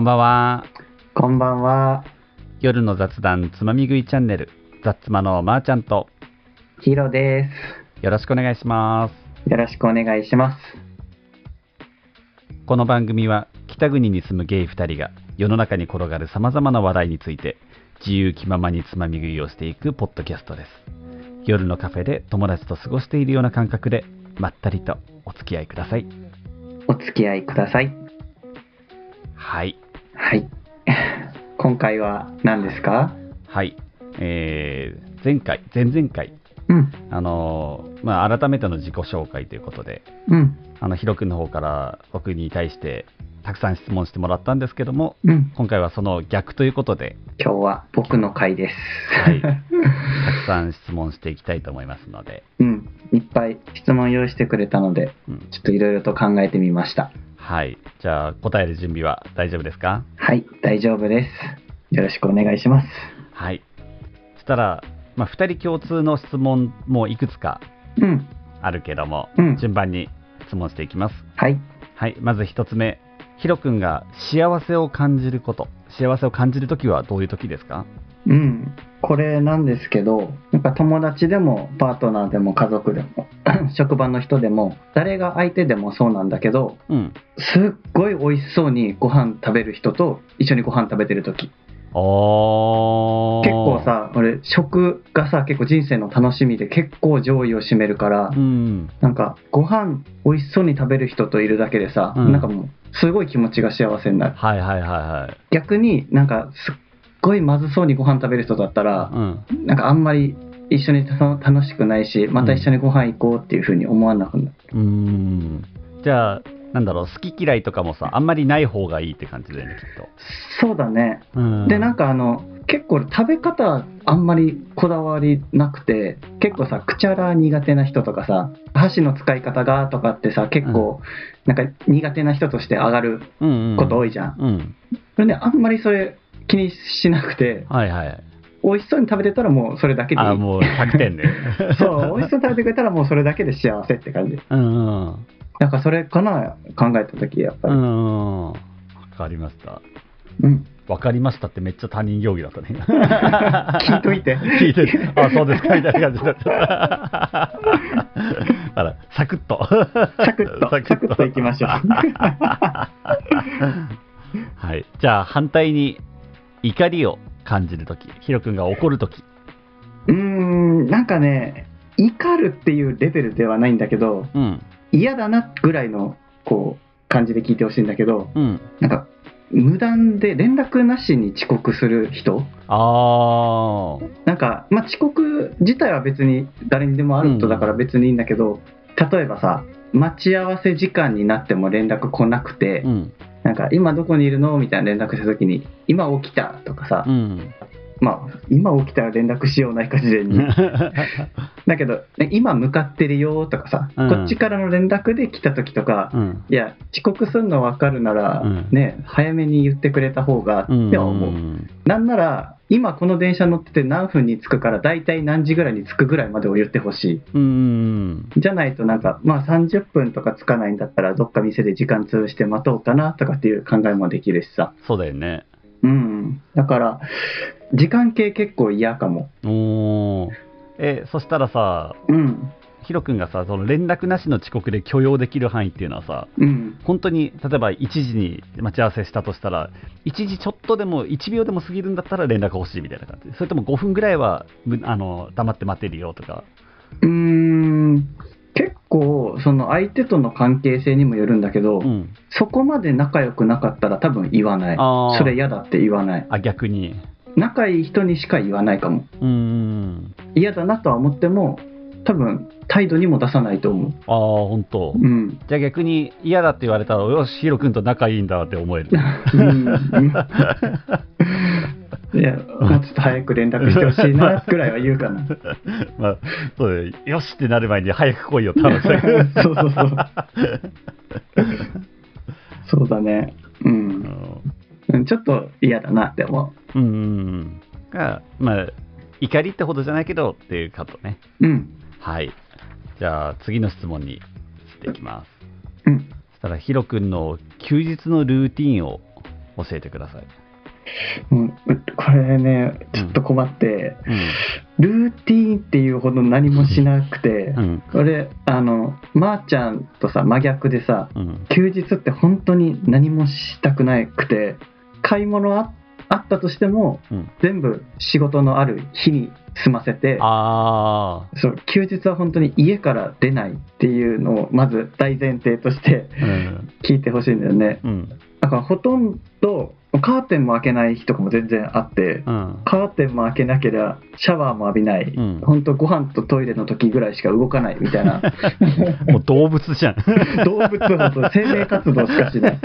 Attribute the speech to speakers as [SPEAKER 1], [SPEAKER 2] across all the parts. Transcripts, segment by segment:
[SPEAKER 1] んばんは。
[SPEAKER 2] こんばんは、
[SPEAKER 1] 夜の雑談つまみ食いチャンネル、雑妻のまーちゃんと、
[SPEAKER 2] ヒロで
[SPEAKER 1] よろしくお願いします。
[SPEAKER 2] す。よろしくお願いします。
[SPEAKER 1] この番組は、北国に住むゲイ2人が、世の中に転がる様々な話題について、自由気ままにつまみ食いをしていくポッドキャストです。夜のカフェで友達と過ごしているような感覚で、まったりとお付き合いください。
[SPEAKER 2] お付き合いください。
[SPEAKER 1] はい。
[SPEAKER 2] はい。 今回は何ですか
[SPEAKER 1] はい。えー、前回、前々回、
[SPEAKER 2] うん、
[SPEAKER 1] あのーまあ、改めての自己紹介ということで、
[SPEAKER 2] うん、
[SPEAKER 1] あのヒロ君の方から僕に対してたくさん質問してもらったんですけども
[SPEAKER 2] うん。
[SPEAKER 1] 今回はその逆ということで
[SPEAKER 2] 今日は僕の回です。
[SPEAKER 1] はいたくさん質問していきたいと思いますので、
[SPEAKER 2] うん、いっぱい質問用意してくれたので、
[SPEAKER 1] うん
[SPEAKER 2] ちょっといろいろと考えてみました。
[SPEAKER 1] はいじゃあ答える準備は大丈夫ですか
[SPEAKER 2] はい、大丈夫です。よろしくお願いします。
[SPEAKER 1] はいそしたら、まあ、2人共通の質問もいくつか
[SPEAKER 2] うん、
[SPEAKER 1] あるけども、
[SPEAKER 2] うん
[SPEAKER 1] 順番に質問していきます
[SPEAKER 2] はい。
[SPEAKER 1] はいまず1つ目ヒロ君が幸せを感じること幸せを感じるときはどういうときですか
[SPEAKER 2] うん、これなんですけどなんか友達でもパートナーでも家族でも 職場の人でも誰が相手でもそうなんだけど
[SPEAKER 1] うん
[SPEAKER 2] すっごい美味しそうにご飯食べる人と一緒にご飯食べてる時
[SPEAKER 1] おー
[SPEAKER 2] 結構さ俺食がさ結構人生の楽しみで結構上位を占めるから、
[SPEAKER 1] うん
[SPEAKER 2] なんかご飯美味しそうに食べる人といるだけでさ、
[SPEAKER 1] うん
[SPEAKER 2] なんかもうすごい気持ちが幸せになる
[SPEAKER 1] はいはいはいはい。
[SPEAKER 2] 逆になんかすっごいまずそうにご飯食べる人だったら
[SPEAKER 1] うん。
[SPEAKER 2] なんかあんまり一緒にた楽しくないしまた一緒にご飯行こうっていうふうに思わなくなる、
[SPEAKER 1] うーん。じゃあ、なんだろう、好き嫌いとかもさ、あんまりない方がいいって感じだよね、きっ
[SPEAKER 2] そうだね、
[SPEAKER 1] と。うん。
[SPEAKER 2] でなんかあの結構食べ方あんまりこだわりなくて結構さくちゃら苦手な人とかさ箸の使い方がとかってさ結構なんか苦手な人として上がる
[SPEAKER 1] うんうん、
[SPEAKER 2] こと多いじゃん、
[SPEAKER 1] うん。
[SPEAKER 2] それであんまりそれ気にしなくて
[SPEAKER 1] はいはい。
[SPEAKER 2] 美味しそうに食べてたらもうそれだけでいい
[SPEAKER 1] あ、もう100点ね。
[SPEAKER 2] そう美味しそうに食べてくれたらもうそれだけで幸せって感じ
[SPEAKER 1] うんうん。
[SPEAKER 2] なんかそれかな考えた時やっぱ
[SPEAKER 1] う
[SPEAKER 2] り、
[SPEAKER 1] ん。わかりました。
[SPEAKER 2] うん、
[SPEAKER 1] わかりましたってめっちゃ他人行儀だったね。
[SPEAKER 2] 聞いといて
[SPEAKER 1] 聞いてる。あ、そうですかみたいな感じだった。 あら、サクッと。
[SPEAKER 2] サクッと、サクッといきましょう。
[SPEAKER 1] はい、じゃあ反対に怒りを感じるとき、ヒロ君が怒るとき。
[SPEAKER 2] うーん、なんかね、怒るっていうレベルではないんだけど、
[SPEAKER 1] うん、
[SPEAKER 2] 嫌だなぐらいの、こう、感じで聞いてほしいんだけど、
[SPEAKER 1] うん。
[SPEAKER 2] なんか、無断で連絡なしに遅刻する人
[SPEAKER 1] あー
[SPEAKER 2] なんか、まあ、遅刻自体は別に誰にでもあることだから別にいいんだけど、例えばさ待ち合わせ時間になっても連絡来なくて、
[SPEAKER 1] うん、
[SPEAKER 2] なんか今どこにいるのみたいな連絡した時に「今起きた」とかさ、
[SPEAKER 1] うん。
[SPEAKER 2] まあ今起きたら連絡しようないか事前にだけど、ね今向かってるよとかさ、
[SPEAKER 1] うん
[SPEAKER 2] こっちからの連絡で来た時とか、
[SPEAKER 1] うん。
[SPEAKER 2] いや遅刻するの分かるなら、
[SPEAKER 1] うん
[SPEAKER 2] ね早めに言ってくれた方がっては思う、
[SPEAKER 1] うん
[SPEAKER 2] なんなら今この電車乗ってて何分に着くから大体何時ぐらいに着くぐらいまでを言ってほし
[SPEAKER 1] うん。
[SPEAKER 2] いじゃないとなんかまあ30分とか着かないんだったらどっか店で時間潰して待とうかなとかっていう考えもできるしさ
[SPEAKER 1] そうだよね。
[SPEAKER 2] うんだから時間系結構嫌かも
[SPEAKER 1] おーえ、そしたらさ、
[SPEAKER 2] うん
[SPEAKER 1] ヒロ君がさ、その連絡なしの遅刻で許容できる範囲っていうのはさ、
[SPEAKER 2] うん
[SPEAKER 1] 本当に例えば1時に待ち合わせしたとしたら1時ちょっとでも1秒でも過ぎるんだったら連絡欲しいみたいな感じそれとも5分ぐらいはむあの黙って待てるよとか
[SPEAKER 2] うーん結構その相手との関係性にもよるんだけど、
[SPEAKER 1] うん
[SPEAKER 2] そこまで仲良くなかったら多分言わない
[SPEAKER 1] あー
[SPEAKER 2] それ嫌だって言わない
[SPEAKER 1] あ逆に
[SPEAKER 2] 仲いい人にしか言わないかも
[SPEAKER 1] うーん
[SPEAKER 2] 嫌だなとは思っても多分態度にも出さないと思
[SPEAKER 1] ああ本当
[SPEAKER 2] ううん、
[SPEAKER 1] じゃあ逆に嫌だって言われたらよしヒロ君と仲いいんだって 思える
[SPEAKER 2] いやもうちょっと早く連絡してほしいなぐらいは言うか な
[SPEAKER 1] まあそうだよよしってなる前に早く来いよって話 だけど
[SPEAKER 2] そうそうそうそうだねう
[SPEAKER 1] うんん
[SPEAKER 2] うんちょっと嫌だなって思
[SPEAKER 1] うんうんがまあ怒りってほどじゃないけどっていうかとね
[SPEAKER 2] ううん
[SPEAKER 1] はい。じゃあ次の質問に移っていきます。
[SPEAKER 2] うん
[SPEAKER 1] そしたらヒロ君の休日のルーティンを教えてください。
[SPEAKER 2] うんこれねちょっと困って、ルーティーンっていうほど何もしなくて
[SPEAKER 1] う、ん。
[SPEAKER 2] 俺あのまー、ちゃんとさ真逆でさ
[SPEAKER 1] うん。
[SPEAKER 2] 休日って本当に何もしたくなくて買い物ああったとしても
[SPEAKER 1] うん。
[SPEAKER 2] 全部仕事のある日に済ませて
[SPEAKER 1] あ
[SPEAKER 2] そう休日は本当に家から出ないっていうのをまず大前提として
[SPEAKER 1] あ。うん。
[SPEAKER 2] 聞いてほしいんだよね
[SPEAKER 1] うん。
[SPEAKER 2] だからほとんどカーテンも開けない日とかも全然あって
[SPEAKER 1] うん。
[SPEAKER 2] カーテンも開けなければシャワーも浴びない、
[SPEAKER 1] うん
[SPEAKER 2] 本当ご飯とトイレの時ぐらいしか動かないみた いな
[SPEAKER 1] もう動物じゃん。
[SPEAKER 2] 動物は本当生命活動しかしない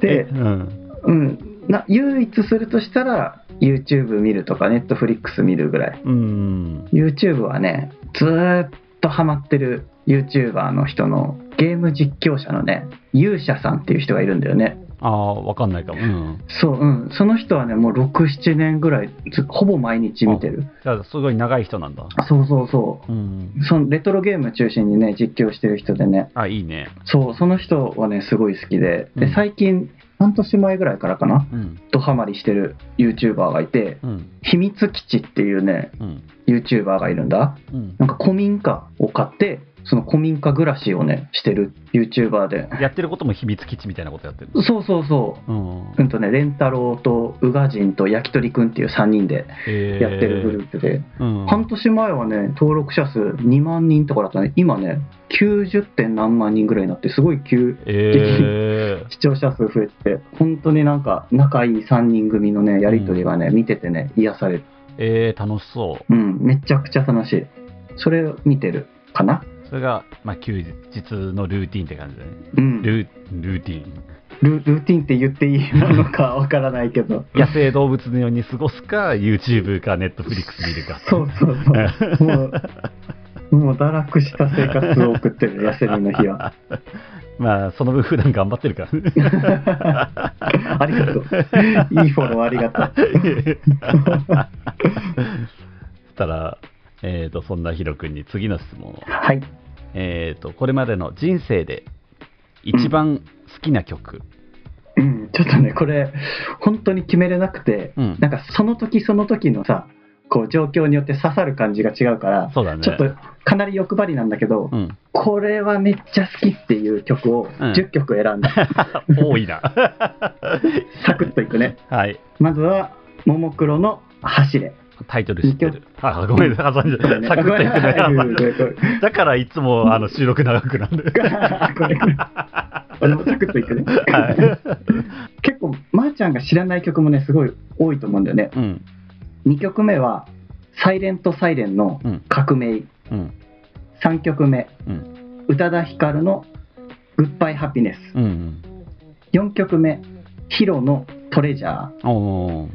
[SPEAKER 2] で
[SPEAKER 1] うん。
[SPEAKER 2] うん、な唯一するとしたら YouTube 見るとか Netflix 見るぐらい
[SPEAKER 1] うん。
[SPEAKER 2] YouTube はねずーっとハマってる YouTuber の人のゲーム実況者のね勇者さんっていう人がいるんだよね
[SPEAKER 1] ああ、わかんないかも。うん。
[SPEAKER 2] そううんその人はねもう67年ぐらいずほぼ毎日見てる
[SPEAKER 1] じゃあ、すごい長い人なんだ。
[SPEAKER 2] そうそうそ
[SPEAKER 1] うん
[SPEAKER 2] う。そのレトロゲーム中心にね実況してる人でね
[SPEAKER 1] あ、いいね。
[SPEAKER 2] そうその人はねすごい好きで
[SPEAKER 1] う
[SPEAKER 2] で
[SPEAKER 1] ん
[SPEAKER 2] 最近半年前ぐらいからかな
[SPEAKER 1] うん。
[SPEAKER 2] ドハマりしてる YouTuber がいて
[SPEAKER 1] うん。
[SPEAKER 2] 秘密基地っていうね
[SPEAKER 1] うん。
[SPEAKER 2] YouTuber がいるんだ
[SPEAKER 1] うん。
[SPEAKER 2] なんか古民家を買ってその古民家暮らしをねしてる YouTuber で
[SPEAKER 1] やってることも秘密基地みたいなことやってる。
[SPEAKER 2] そうそうそ
[SPEAKER 1] うん
[SPEAKER 2] うう。んとねレンタロウと宇賀神と焼き鳥くんっていう3人で
[SPEAKER 1] え
[SPEAKER 2] やってるグループで、
[SPEAKER 1] うん。
[SPEAKER 2] 半年前はね登録者数2万人とかだったね今ね90点何万人ぐらいになってすごい急
[SPEAKER 1] え
[SPEAKER 2] 視聴者数増えて本当になんか仲いい3人組のねやり取りがね、見ててね癒される
[SPEAKER 1] ー、えー、楽しそう。
[SPEAKER 2] うんめちゃくちゃ楽しいそれを見てるかな
[SPEAKER 1] それが、まあ、休日のルーティンって感じだね。
[SPEAKER 2] うん
[SPEAKER 1] ルールーティン。
[SPEAKER 2] ルルーティンって言っていいものかわ からないけど
[SPEAKER 1] 野生動物のように過ごすか、YouTube か Netflix 見るか。
[SPEAKER 2] そうそうそうもうもう堕落した生活を送ってる休みの 日は
[SPEAKER 1] まあ、その分普段頑張ってるからね。
[SPEAKER 2] ありがとういいフォローありがとう
[SPEAKER 1] そしたら、えー、とそんなヒロ君に次の質問を、
[SPEAKER 2] はい
[SPEAKER 1] えー、とこれまでの人生で一番好きな曲、
[SPEAKER 2] うんちょっとねこれ本当に決めれなくて
[SPEAKER 1] うん
[SPEAKER 2] なんかその時その時のさこう状況によって刺さる感じが違うから
[SPEAKER 1] そうだね
[SPEAKER 2] ちょっとかなり欲張りなんだけど、
[SPEAKER 1] うん、
[SPEAKER 2] これはめっちゃ好きっていう曲を
[SPEAKER 1] うん
[SPEAKER 2] 10曲選んだ、
[SPEAKER 1] 多いな
[SPEAKER 2] サクッといくね
[SPEAKER 1] はい
[SPEAKER 2] まずはももクロの走れ
[SPEAKER 1] タイトル知ってるあごめん挟んじゃ
[SPEAKER 2] これ
[SPEAKER 1] う
[SPEAKER 2] ね
[SPEAKER 1] サクッといくね
[SPEAKER 2] ごめんごめんごめん
[SPEAKER 1] だからいつもあの収録長くなる、
[SPEAKER 2] これ これ俺もサクッといくね、
[SPEAKER 1] はい
[SPEAKER 2] 結構まー、ちゃんが知らない曲もねすごい多いと思うんだよね
[SPEAKER 1] うん
[SPEAKER 2] 2曲目は「サイレントサイレンの
[SPEAKER 1] うん
[SPEAKER 2] 革命
[SPEAKER 1] うん
[SPEAKER 2] 3曲目
[SPEAKER 1] うん
[SPEAKER 2] 宇多田ヒカルの「グッバイハピネス
[SPEAKER 1] うんうん」
[SPEAKER 2] 4曲目「ヒロのトレジャー
[SPEAKER 1] おー」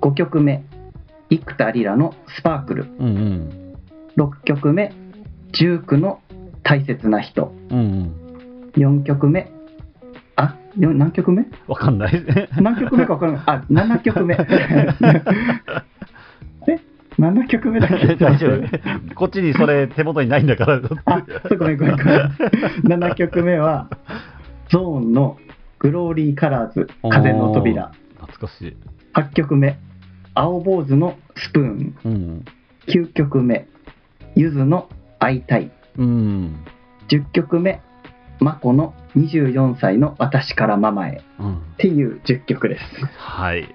[SPEAKER 2] 5曲目生田リラの「スパークル
[SPEAKER 1] うんうん」
[SPEAKER 2] 6曲目ジュークの「大切な人
[SPEAKER 1] うんうん」
[SPEAKER 2] 4曲目あよ何曲 目
[SPEAKER 1] わかんない
[SPEAKER 2] 何曲目か分からないあ7 曲目え7曲目だっ け
[SPEAKER 1] 大丈夫。 こっちにそれ手元にないんだ から。
[SPEAKER 2] あそうごめんごめんごめ ん7曲目はゾーンの「グローリーカラーズ風の扉
[SPEAKER 1] 懐かしい。」
[SPEAKER 2] 8曲目青坊主の「スプーン
[SPEAKER 1] うん。」
[SPEAKER 2] 9曲目ゆずの「会いたい」
[SPEAKER 1] うん。
[SPEAKER 2] 10曲目マコの「24歳の私からママへ」っ
[SPEAKER 1] うん、
[SPEAKER 2] ていう10曲 です
[SPEAKER 1] はい。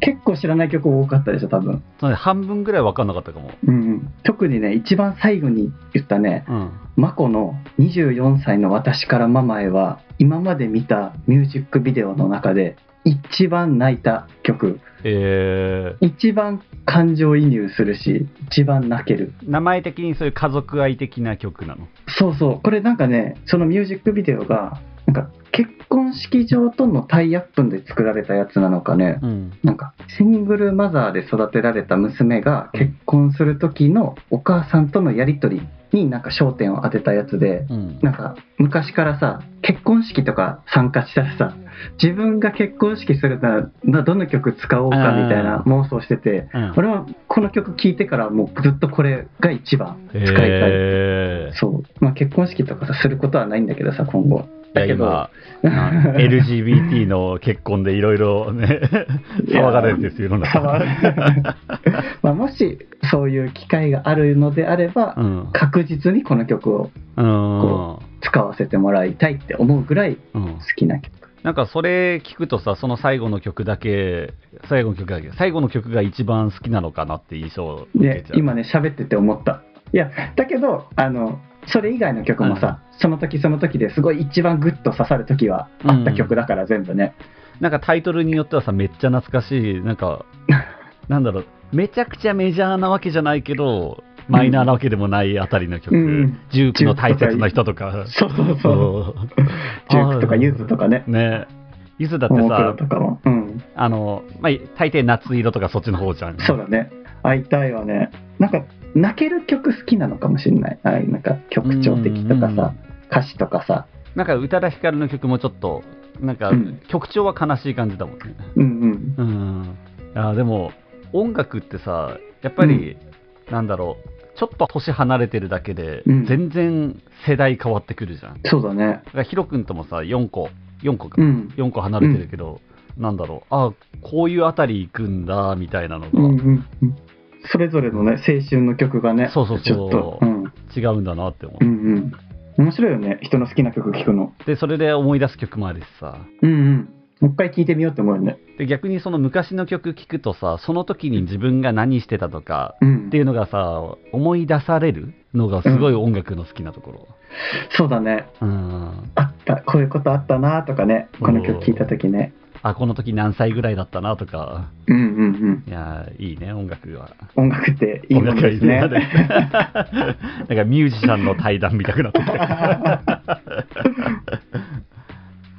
[SPEAKER 2] 結構知らない曲多かったでしょ多分、
[SPEAKER 1] それ半分ぐらい分かんなかったかも。
[SPEAKER 2] うん、特にね一番最後に言ったね
[SPEAKER 1] うん。
[SPEAKER 2] マコの「24歳の私からママへ」は今まで見たミュージックビデオの中で一番泣いた曲
[SPEAKER 1] え
[SPEAKER 2] 一番感情移入するし一番泣ける
[SPEAKER 1] ー、名前的にそういう家族愛的な曲なの。
[SPEAKER 2] そうそうこれなんかねそのミュージックビデオがなんか結婚式場とのタイアップで作られたやつなのかね
[SPEAKER 1] うん。
[SPEAKER 2] なんかシングルマザーで育てられた娘が結婚する時のお母さんとのやり取りになんか焦点を当てたやつで
[SPEAKER 1] うん。
[SPEAKER 2] なんか昔からさ結婚式とか参加したらさ自分が結婚式するならなどの曲使おうかみたいな妄想してて
[SPEAKER 1] うん、
[SPEAKER 2] 俺はこの曲聴いてからもうずっとこれが一番使いたい
[SPEAKER 1] えー、
[SPEAKER 2] そう、まあ、結婚式とかさすることはないんだけどさ今後
[SPEAKER 1] いや
[SPEAKER 2] だけど
[SPEAKER 1] 今、な LGBT の結婚でいろいろね、
[SPEAKER 2] いや
[SPEAKER 1] 騒がれるんですよ、世の中。
[SPEAKER 2] まあ、もしそういう機会があるのであれば、
[SPEAKER 1] うん。
[SPEAKER 2] 確実にこの曲を
[SPEAKER 1] うん。
[SPEAKER 2] 使わせてもらいたいって思うぐらい
[SPEAKER 1] うん
[SPEAKER 2] 好、きな曲
[SPEAKER 1] なんかそれ聞くとさ、その最後の曲だけ、最後の曲だけ、最後の曲が一番好きなのかなって印象を受け
[SPEAKER 2] で
[SPEAKER 1] ちゃう。
[SPEAKER 2] 今ね喋ってて思ったいやだけどあのそれ以外の曲もさ、その時その時ですごい一番グッと刺さる時はあった曲だから全部ね、
[SPEAKER 1] なんかタイトルによってはさ、めっちゃ懐かしい、なん か、なんだろう、めちゃくちゃメジャーなわけじゃないけど、マイナーなわけでもないあたりの曲、
[SPEAKER 2] うん
[SPEAKER 1] 重機の大切な人とか、
[SPEAKER 2] そうそうそう
[SPEAKER 1] そう
[SPEAKER 2] ジュークとかユーズとかね
[SPEAKER 1] ねゆずだって
[SPEAKER 2] ももクロ
[SPEAKER 1] さ
[SPEAKER 2] とかも、うん、
[SPEAKER 1] あの、まあ、大抵夏色とかそっちの方じゃん
[SPEAKER 2] そうだね会いたいはねなんか泣ける曲好きなのかもしれないああいうなんか曲調的とか
[SPEAKER 1] うんうんう
[SPEAKER 2] さ
[SPEAKER 1] ん
[SPEAKER 2] 歌詞とかさ
[SPEAKER 1] なんか宇多田ヒカルの曲もちょっとなんか
[SPEAKER 2] うん
[SPEAKER 1] 曲調は悲しい感じだもんね
[SPEAKER 2] うん
[SPEAKER 1] うんあでも音楽ってさやっぱり、なんだろうちょっと年離れてるだけで、
[SPEAKER 2] うん
[SPEAKER 1] 全然世代変わってくるじゃんだ
[SPEAKER 2] うんそうだね
[SPEAKER 1] からヒロ君ともさ4個4個か、
[SPEAKER 2] うん
[SPEAKER 1] 4個離れてるけど、なんだろうあこういうあたり行くんだみたいなのが、
[SPEAKER 2] うんうんうんそれぞれのね青春の曲がね
[SPEAKER 1] そうそうそう
[SPEAKER 2] ちょっと、うん、
[SPEAKER 1] 違うんだなって思う、
[SPEAKER 2] うんうん。面白いよね、人の好きな曲聴くの。
[SPEAKER 1] でそれで思い出す曲もあるしさ
[SPEAKER 2] うんうん。もう一回聴いてみようって思うよね。
[SPEAKER 1] で逆にその昔の曲聴くとさその時に自分が何してたとか
[SPEAKER 2] うん
[SPEAKER 1] っていうのがさ思い出されるのがすごい音楽の好きなところ、
[SPEAKER 2] そうだね。
[SPEAKER 1] うん、
[SPEAKER 2] あった、こういうことあったなとかね、この曲聴いた時ね。
[SPEAKER 1] あこの時何歳ぐらいだったなとか
[SPEAKER 2] うんうん
[SPEAKER 1] いやーいいね音楽は
[SPEAKER 2] うん。音楽っていいもんです
[SPEAKER 1] 音
[SPEAKER 2] ね。
[SPEAKER 1] 楽はいいね なんかミュージシャンの対談みたくな ってきた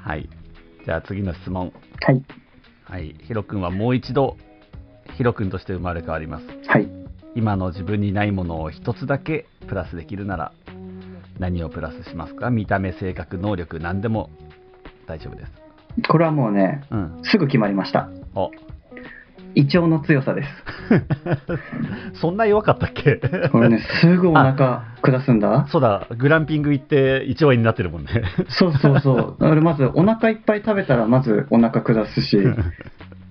[SPEAKER 1] はいじゃあ次の質問
[SPEAKER 2] はい。
[SPEAKER 1] はいヒロ君はもう一度ヒロ君として生まれ変わります
[SPEAKER 2] はい。
[SPEAKER 1] 今の自分にないものを一つだけプラスできるなら何をプラスしますか見た目性格能力何でも大丈夫です
[SPEAKER 2] これはもうね、
[SPEAKER 1] うん
[SPEAKER 2] すぐ決まりました。
[SPEAKER 1] お
[SPEAKER 2] 胃腸の強さです。
[SPEAKER 1] そんな弱かったっけ
[SPEAKER 2] これね、 すぐお腹下すんだ。
[SPEAKER 1] そうだグランピング行って胃腸炎になってるもんね
[SPEAKER 2] そうそう そう。俺まずお腹いっぱい食べたらまずお腹下すし、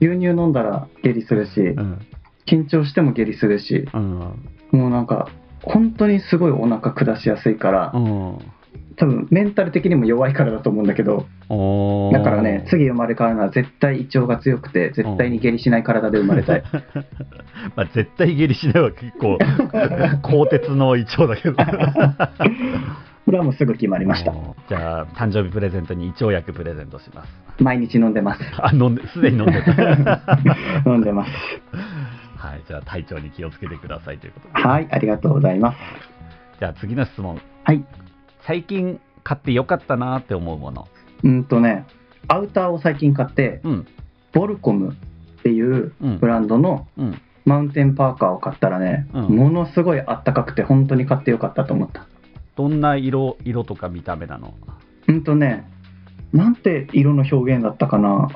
[SPEAKER 2] 牛乳飲んだら下痢するし
[SPEAKER 1] う、ん
[SPEAKER 2] 緊張しても下痢するし、
[SPEAKER 1] うん
[SPEAKER 2] もうなんか本当にすごいお腹下しやすいから、
[SPEAKER 1] うん
[SPEAKER 2] 多分メンタル的にも弱いからだと思うんだけど
[SPEAKER 1] おー
[SPEAKER 2] だからね次生まれ変わるのは絶対胃腸が強くて絶対に下痢しない体で生まれたい
[SPEAKER 1] まあ、絶対下痢しないは結 構鋼鉄の胃腸だけど
[SPEAKER 2] これはもうすぐ決まり ました
[SPEAKER 1] じゃあ誕生日プレゼントに胃腸薬プレゼントします
[SPEAKER 2] 毎日飲んでます
[SPEAKER 1] あ飲んですでに飲んでた
[SPEAKER 2] 飲んでます
[SPEAKER 1] はい、じゃあ体調に気をつけてくださいということで。
[SPEAKER 2] はいありがとうございます
[SPEAKER 1] じゃあ次の質問。
[SPEAKER 2] はい
[SPEAKER 1] 最近買ってよかったなーって思うもの。
[SPEAKER 2] うんとねアウターを最近買って
[SPEAKER 1] うん、
[SPEAKER 2] ボルコムっていう
[SPEAKER 1] うん
[SPEAKER 2] ブ、ランドの
[SPEAKER 1] うん。
[SPEAKER 2] マウンテンパーカーを買ったらね、
[SPEAKER 1] うん
[SPEAKER 2] ものすごいあったかくて本当に買ってよかったと思った
[SPEAKER 1] どんな色、色とか見た目なの
[SPEAKER 2] うんとねなんて色の表現だったかな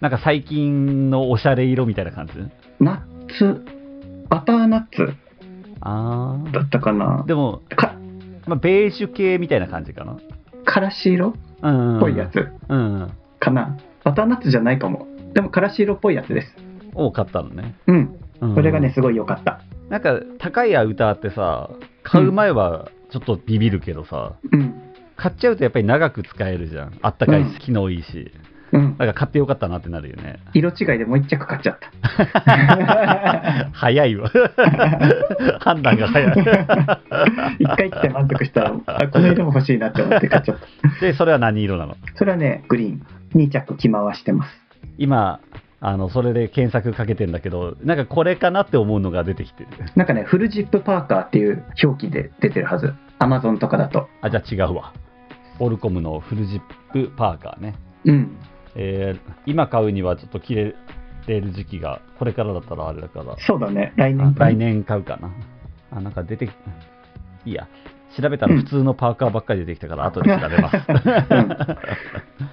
[SPEAKER 1] なんか最近のおしゃれ色みたいな感じ
[SPEAKER 2] ナッツバターナッツ
[SPEAKER 1] あ
[SPEAKER 2] だったかな
[SPEAKER 1] ー。でも、
[SPEAKER 2] か
[SPEAKER 1] まあ、ベージュ系みたいな感じかな。
[SPEAKER 2] からし色っ
[SPEAKER 1] うん。
[SPEAKER 2] ぽいや。つ
[SPEAKER 1] うん。
[SPEAKER 2] かなバターナッツじゃないかもでもからし色っぽいやつです
[SPEAKER 1] を買ったのね。
[SPEAKER 2] うん
[SPEAKER 1] うん
[SPEAKER 2] これがね、すごい良かった
[SPEAKER 1] なんか高いアウターってさ、買う前はちょっとビビるけどさ、
[SPEAKER 2] うん
[SPEAKER 1] 買っちゃうとやっぱり長く使えるじゃん。あったかい
[SPEAKER 2] うん
[SPEAKER 1] し、機能いいし。
[SPEAKER 2] うん
[SPEAKER 1] なんか買ってよかったなってなるよね。
[SPEAKER 2] 色違いでもう一着買っちゃった
[SPEAKER 1] 早いわ。判断が早い。
[SPEAKER 2] 一回着て満足したらあこの色も欲しいなって思って買っちゃった
[SPEAKER 1] で、それは何色なの
[SPEAKER 2] それはねグリーン2着着回してます
[SPEAKER 1] 今、あのそれで検索かけてんだけど、なんかこれかなって思うのが出てきてる。
[SPEAKER 2] なんかねフルジップパーカーっていう表記で出てるはずアマゾンとかだと
[SPEAKER 1] あ、じゃあ違うわ。オルコムのフルジップパーカーね。
[SPEAKER 2] うん
[SPEAKER 1] えー今買うにはちょっと切れる時期が、これからだったらあれだから、
[SPEAKER 2] そうだね来
[SPEAKER 1] あ
[SPEAKER 2] 年
[SPEAKER 1] 来年買うかな。あ、なんか出てき、いいや。調べたら普通のパーカーばっかり出てきたから、後で調べます。
[SPEAKER 2] うん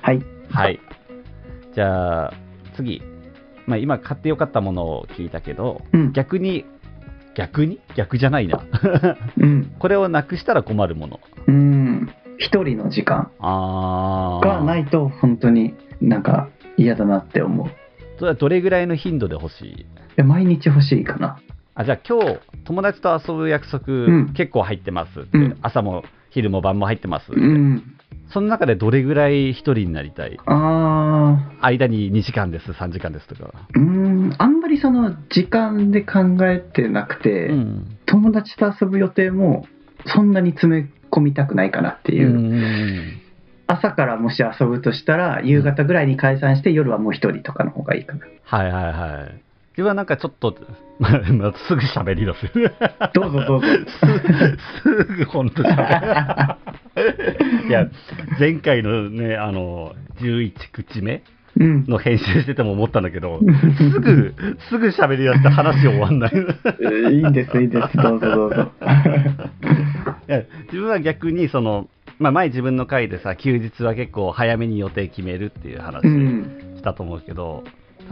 [SPEAKER 2] はい
[SPEAKER 1] はい。じゃあ、次。まあ、今買ってよかったものを聞いたけど、
[SPEAKER 2] うん
[SPEAKER 1] 逆に、逆に逆じゃないな。
[SPEAKER 2] うん
[SPEAKER 1] これをなくしたら困るもの。
[SPEAKER 2] うん一人の時間
[SPEAKER 1] ああ。
[SPEAKER 2] がないと本当になんか嫌だなって思う
[SPEAKER 1] それはどれぐらいの頻度で欲しい
[SPEAKER 2] で毎日欲しいかな
[SPEAKER 1] あじゃあ今日友達と遊ぶ約束、
[SPEAKER 2] ん
[SPEAKER 1] 結構入ってますって、
[SPEAKER 2] うん
[SPEAKER 1] 朝も昼も晩も入ってますって、
[SPEAKER 2] うん
[SPEAKER 1] その中でどれぐらい一人になりたい
[SPEAKER 2] ああ
[SPEAKER 1] 間に2時間です3時間ですとか、
[SPEAKER 2] うーんあんまりその時間で考えてなくて、
[SPEAKER 1] うん
[SPEAKER 2] 友達と遊ぶ予定もそんなに詰め込みたくないかなっていう、
[SPEAKER 1] うん
[SPEAKER 2] 朝からもし遊ぶとしたら夕方ぐらいに解散して夜はもう一人とかの方がい いかな
[SPEAKER 1] はいはいはい自分はなんかちょっと まあすぐ喋り出す
[SPEAKER 2] どうぞ どうぞ
[SPEAKER 1] すぐ本当喋るいや前回のねあの11口目
[SPEAKER 2] うん
[SPEAKER 1] の編集してても思ったんだけどすぐ、すぐ喋りだして話終わんない。い
[SPEAKER 2] いいんですいいですどうぞどうぞ
[SPEAKER 1] や自分は逆に、その、まあ、前自分の回でさ、休日は結構早めに予定決めるっていう話
[SPEAKER 2] うん
[SPEAKER 1] したと思うけど、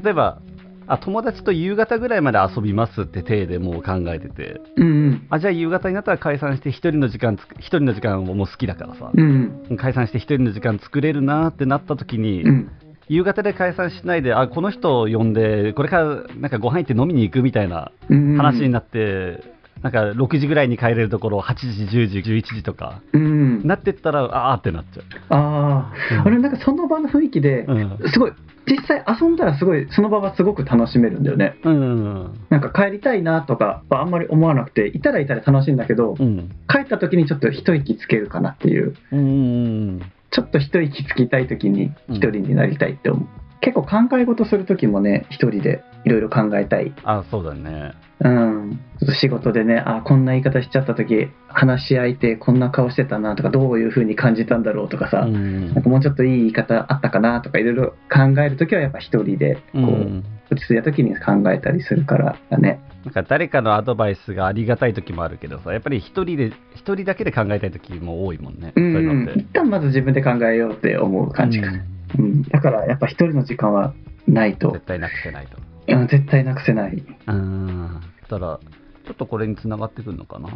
[SPEAKER 1] 例えば、あ友達と夕方ぐらいまで遊びますって体でもう考えてて、
[SPEAKER 2] うんうん
[SPEAKER 1] あじゃあ夕方になったら解散して一人の時間つく、一人の時間ももう好きだからさ、
[SPEAKER 2] うん
[SPEAKER 1] 解散して一人の時間作れるなってなった時に、
[SPEAKER 2] うん
[SPEAKER 1] 夕方で解散しないで、あこの人を呼んで、これからなんかご飯行って飲みに行くみたいな
[SPEAKER 2] うん
[SPEAKER 1] 話になって、なんか6時ぐらいに帰れるところを8時、10時、11時とか
[SPEAKER 2] うん
[SPEAKER 1] なってったら、あーってなっちゃ
[SPEAKER 2] ああ、
[SPEAKER 1] うん
[SPEAKER 2] 俺なんかその場の雰囲気で
[SPEAKER 1] う。う、ん
[SPEAKER 2] すごい実際遊んだらすごいその場はすごく楽しめるんだよね
[SPEAKER 1] うん
[SPEAKER 2] なんか帰りたいなとかはあんまり思わなくていたらいたら楽しいんだけど
[SPEAKER 1] うん
[SPEAKER 2] 帰った時にちょっと一息つけるかなっていう
[SPEAKER 1] うん
[SPEAKER 2] ちょっと一息つきたい時に一人になりたいって思う、結構考え事する時もね一人でいろいろ考えたい
[SPEAKER 1] あそうだね。
[SPEAKER 2] うんちょっと仕事でねあこんな言い方しちゃった時話し相手こんな顔してたなとかどういう風に感じたんだろうとか
[SPEAKER 1] う
[SPEAKER 2] さ、
[SPEAKER 1] ん
[SPEAKER 2] なんかもうちょっといい言い方あったかなとかいろいろ考える時はやっぱ一人でこう、
[SPEAKER 1] うん
[SPEAKER 2] 落ち着いた時に考えたりするからだね
[SPEAKER 1] なんか誰かのアドバイスがありがたい時もあるけどさ、やっぱり一人で一人だけで考えたい時も多いもんね。
[SPEAKER 2] う
[SPEAKER 1] そういうんのっ
[SPEAKER 2] 一
[SPEAKER 1] て
[SPEAKER 2] 旦まず自分で考えようって思う感じか
[SPEAKER 1] う
[SPEAKER 2] な、
[SPEAKER 1] ん
[SPEAKER 2] うんだからやっぱ一人の時間はないと
[SPEAKER 1] 絶、対なくせないと。
[SPEAKER 2] うん、絶対なくせない
[SPEAKER 1] うん。そしたらちょっとこれに繋がってくるのかな。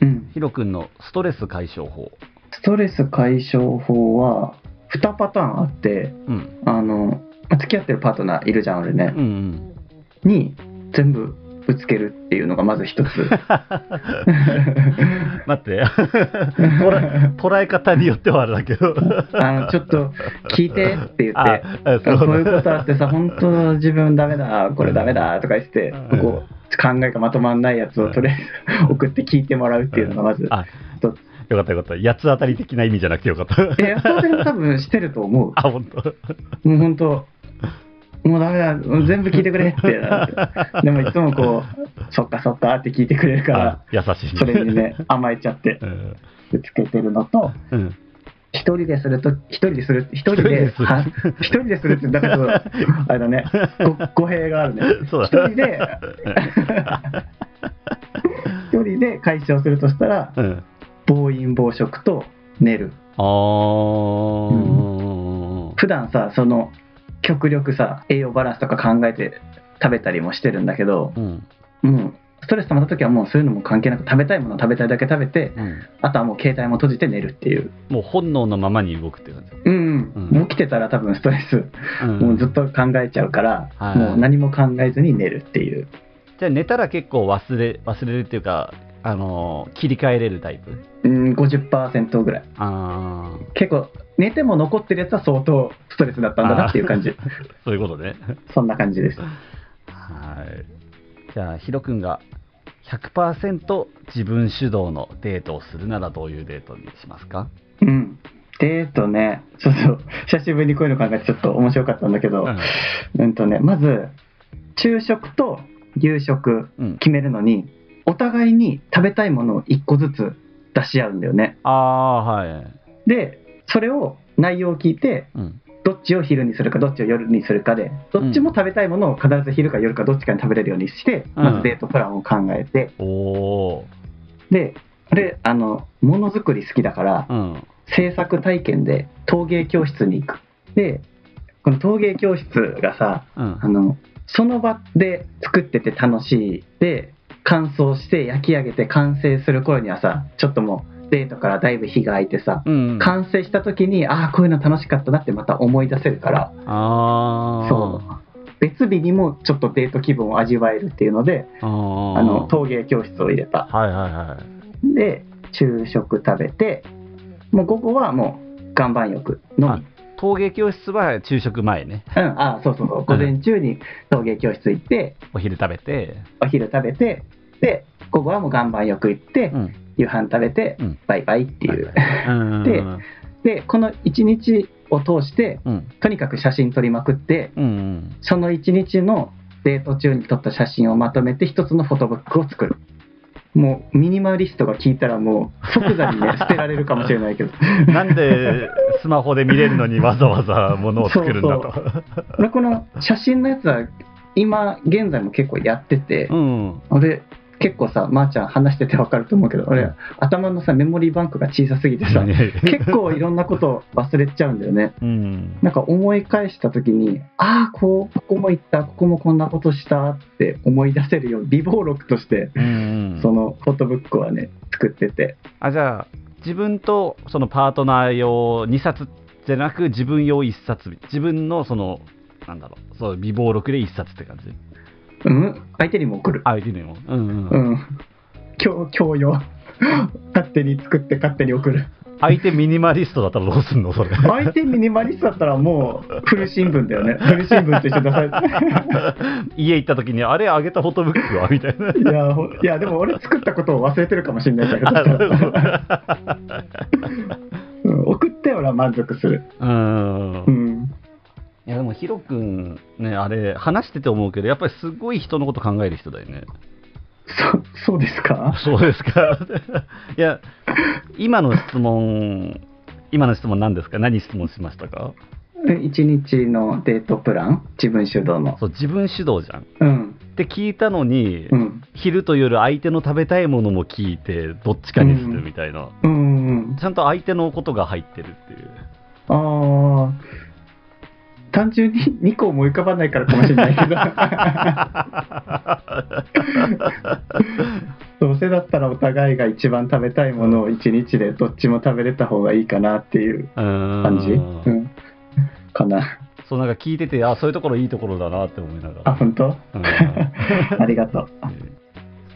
[SPEAKER 2] うん
[SPEAKER 1] ヒロ君のストレス解消法。
[SPEAKER 2] ストレス解消法は2パターンあって
[SPEAKER 1] うん。
[SPEAKER 2] あのまあ付き合ってるパートナーいるじゃん俺ね
[SPEAKER 1] うん、うん。
[SPEAKER 2] に全部ぶつけるっていうのがまず 一つ
[SPEAKER 1] 待って捉え捉え方によってはあれだけ ど
[SPEAKER 2] あのちょっと聞いてって言って
[SPEAKER 1] あ
[SPEAKER 2] こういうことあってさ、本当自分ダメだ、これダメだとか言って
[SPEAKER 1] うん、
[SPEAKER 2] こう考えがまとまんないやつをとりあえず 送って聞いてもらうっていうのがまず。
[SPEAKER 1] あ
[SPEAKER 2] 一つ
[SPEAKER 1] よかったよかった八つ当たり的な意味じゃなくてよかった
[SPEAKER 2] いや、それも多分してると思
[SPEAKER 1] あ本当
[SPEAKER 2] う。もう本当、もうダメだ、もう全部聞いてくれってなって。でもいつもこう、そっかそっかって聞いてくれるから
[SPEAKER 1] あ、優しいね
[SPEAKER 2] それにね、甘えちゃって
[SPEAKER 1] うん
[SPEAKER 2] ぶつけてるのと、
[SPEAKER 1] うん
[SPEAKER 2] 一人ですると、一人でする、一人で、
[SPEAKER 1] 一人でする
[SPEAKER 2] は一人でするって、だからちょっと、あれだね、ご語弊があるね。
[SPEAKER 1] そう
[SPEAKER 2] 一
[SPEAKER 1] だ
[SPEAKER 2] 人で、一人で解消するとしたら
[SPEAKER 1] うん
[SPEAKER 2] 暴飲暴食と寝る
[SPEAKER 1] あー
[SPEAKER 2] 普段さその極力さ栄養バランスとか考えて食べたりもしてるんだけど
[SPEAKER 1] うん
[SPEAKER 2] もうストレス溜まった時はもうそういうのも関係なく食べたいものを食べたいだけ食べて
[SPEAKER 1] うん
[SPEAKER 2] あとはもう携帯も閉じて寝るっていう
[SPEAKER 1] もう本能のままに動くって感じ、
[SPEAKER 2] うん、
[SPEAKER 1] うん
[SPEAKER 2] もう起きてたら多分ストレス、
[SPEAKER 1] うん
[SPEAKER 2] もうずっと考えちゃうから、
[SPEAKER 1] はい
[SPEAKER 2] もう何も考えずに寝るっていう
[SPEAKER 1] じゃあ寝たら結構忘れ忘れるっていうかあのー切り替えれるタイプ
[SPEAKER 2] うん50%ぐらい
[SPEAKER 1] ああ
[SPEAKER 2] 結構寝ても残ってるやつは相当ストレスだったんだなっていう 感じ
[SPEAKER 1] そういうことね
[SPEAKER 2] そんな感じです
[SPEAKER 1] はい。じゃあ、ヒロ君が100%自分主導のデートをするならどういうデートにしますか
[SPEAKER 2] うん。デートね、ちょっと久しぶりにこういうの考えてちょっと面白かったんだけど、うん、とね、まず昼食と夕食
[SPEAKER 1] うん。
[SPEAKER 2] 決めるのに、お互いに食べたいものを1個ずつ出し合うんだよね。
[SPEAKER 1] ああ、はい。
[SPEAKER 2] で、それを内容を聞いて、
[SPEAKER 1] うん。
[SPEAKER 2] どっちを昼にするかどっちを夜にするかで、どっちも食べたいものを必ず昼か夜かどっちかに食べれるようにして、
[SPEAKER 1] うん
[SPEAKER 2] まずデートプランを考えて、
[SPEAKER 1] おお
[SPEAKER 2] で、俺あのものづくり好きだから。
[SPEAKER 1] ー。うん。
[SPEAKER 2] 制作体験で陶芸教室に行くでこの陶芸教室がさ
[SPEAKER 1] うん
[SPEAKER 2] あ。のその場で作ってて楽しいで乾燥して焼き上げて完成する頃にはさちょっともうデートからだいぶ日が空いてさ、
[SPEAKER 1] うんあ
[SPEAKER 2] 完成した時にああこういうの楽しかったなってまた思い出せるから
[SPEAKER 1] あ
[SPEAKER 2] そう別日にもちょっとデート気分を味わえるっていうので
[SPEAKER 1] あ
[SPEAKER 2] あの
[SPEAKER 1] と
[SPEAKER 2] 陶芸教室を入れた
[SPEAKER 1] はいはいはい
[SPEAKER 2] で昼食食べてもう午後はもう岩盤浴のみ
[SPEAKER 1] 陶芸教室は昼食前ね
[SPEAKER 2] うん、あそうそうそう午前中に陶芸教室行って
[SPEAKER 1] お昼食べて
[SPEAKER 2] お昼食べてで午後はもう岩盤浴行って、
[SPEAKER 1] うん
[SPEAKER 2] 夕飯食べて、
[SPEAKER 1] うん
[SPEAKER 2] バイバイっていう、
[SPEAKER 1] うん
[SPEAKER 2] ででこの1日を通して
[SPEAKER 1] うん
[SPEAKER 2] とにかく写真撮りまくって
[SPEAKER 1] うんうん
[SPEAKER 2] その1日のデート中に撮った写真をまとめて一つのフォトブックを作るもうミニマリストが聞いたらもう即座にね捨てられるかもしれないけど
[SPEAKER 1] なんでスマホで見れるのにわざわざものを作るんだと
[SPEAKER 2] 俺この写真のやつは今現在も結構やってて、
[SPEAKER 1] うん
[SPEAKER 2] 俺結構さまー、ちゃん話しててわかると思うけど俺、
[SPEAKER 1] うん
[SPEAKER 2] 頭のさメモリーバンクが小さすぎてさ結構いろんなことを忘れちゃうんだよね
[SPEAKER 1] うん
[SPEAKER 2] なんか思い返した時にああこうここも行ったここもこんなことしたって思い出せるよう備忘録として
[SPEAKER 1] うん
[SPEAKER 2] そのフォトブックはね作ってて
[SPEAKER 1] あじゃあ自分とそのパートナー用2冊じゃなく自分用1冊自分のそのなんだろうそう備忘録で1冊って感じ
[SPEAKER 2] うん相手にも送る
[SPEAKER 1] あいいねもうんうん、
[SPEAKER 2] うん今日今日よ勝手に作って勝手に送る
[SPEAKER 1] 相手ミニマリストだったらどうすんのそれ
[SPEAKER 2] 相手ミニマリストだったらもう古新聞だよね古新聞と一緒に出されて
[SPEAKER 1] 家行った時にあれあげたフォトブックはみたいない
[SPEAKER 2] やほいやでも俺作ったことを忘れてるかもしれないん だ
[SPEAKER 1] あ
[SPEAKER 2] け
[SPEAKER 1] そう
[SPEAKER 2] ど
[SPEAKER 1] いうこと
[SPEAKER 2] うん送って俺は満足する
[SPEAKER 1] うん
[SPEAKER 2] うん
[SPEAKER 1] いやでもヒロ君ねあれ話してて思うけどやっぱりすごい人のこと考える人だよね
[SPEAKER 2] そそうですか
[SPEAKER 1] そうですか いや今の質問今の質問何ですか何質問しましたか
[SPEAKER 2] え一日のデートプラン自分主導の
[SPEAKER 1] そう自分主導じゃんっ
[SPEAKER 2] うん
[SPEAKER 1] て聞いたのに、
[SPEAKER 2] うん
[SPEAKER 1] 昼と夜相手の食べたいものも聞いてどっちかにするみたいな、
[SPEAKER 2] うんうん
[SPEAKER 1] ちゃんと相手のことが入ってるっていう
[SPEAKER 2] あー単純に2個思い浮かばないからかもしれないけど どうせだったらお互いが一番食べたいものを一日でどっちも食べれた方がいいかなっていう
[SPEAKER 1] うーん
[SPEAKER 2] 感じ、うん、かな
[SPEAKER 1] そうなんか聞いててあそういうところいいところだなって思いなが
[SPEAKER 2] あ
[SPEAKER 1] ら
[SPEAKER 2] 本 当
[SPEAKER 1] うん
[SPEAKER 2] ありがとう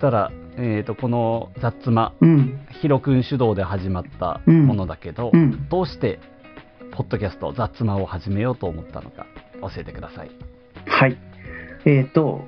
[SPEAKER 1] そしたら、えー、とこの「雑魔
[SPEAKER 2] うん」
[SPEAKER 1] ヒロ君主導で始まった
[SPEAKER 2] うん
[SPEAKER 1] ものだけど、
[SPEAKER 2] うん
[SPEAKER 1] どうしてポッドキャスト「雑魔」を始めようと思ったのか教えてください。
[SPEAKER 2] はい。えっ、と、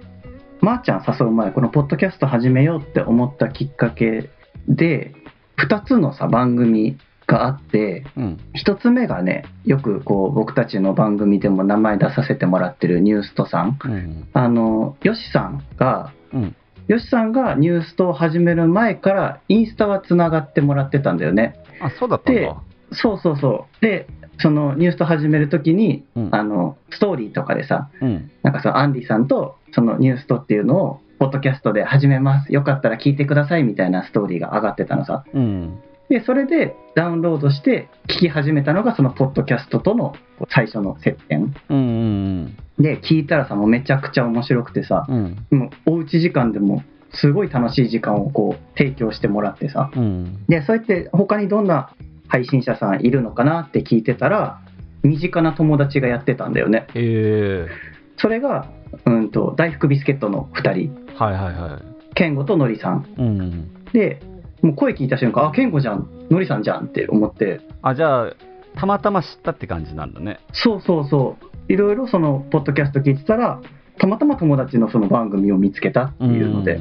[SPEAKER 2] まー、ちゃん誘う前、このポッドキャスト始めようって思ったきっかけで、2つのさ、番組があって、
[SPEAKER 1] うん
[SPEAKER 2] 1つ目がね、よくこう、僕たちの番組でも名前出させてもらってるニューストさん。
[SPEAKER 1] うん
[SPEAKER 2] あの、よしさんが、
[SPEAKER 1] うん
[SPEAKER 2] よしさんがニューストを始める前から、インスタはつながってもらってたんだよね。
[SPEAKER 1] あそうだったん
[SPEAKER 2] で
[SPEAKER 1] だ。
[SPEAKER 2] そうそうそう。で、そのニュースト始めるときに、
[SPEAKER 1] うん
[SPEAKER 2] あの、ストーリーとかでさ、
[SPEAKER 1] うん
[SPEAKER 2] なんかそのアンディさんとそのニューストっていうのをポッドキャストで始めますよかったら聞いてくださいみたいなストーリーが上がってたのさ
[SPEAKER 1] うん
[SPEAKER 2] でそれでダウンロードして聞き始めたのがそのポッドキャストとの最初の接点
[SPEAKER 1] うんうん
[SPEAKER 2] で聞いたらさもうめちゃくちゃ面白くてさ
[SPEAKER 1] うんうん
[SPEAKER 2] もうおうち時間でもすごい楽しい時間をこう提供してもらってさ
[SPEAKER 1] うん
[SPEAKER 2] でそうやって他にどんな配信者さんいるのかなって聞いてたら身近な友達がやってたんだよね
[SPEAKER 1] えー、
[SPEAKER 2] それがうんと大福ビスケットの2人
[SPEAKER 1] はいはいはい。
[SPEAKER 2] 健吾とのりさん
[SPEAKER 1] うん、
[SPEAKER 2] でもう声聞いた瞬間あ健吾じゃんのりさんじゃんって思って
[SPEAKER 1] あじゃあたまたま知ったって感じなんだね。
[SPEAKER 2] そうそうそういろいろそのポッドキャスト聞いてたらたまたま友達のその番組を見つけたっていうので、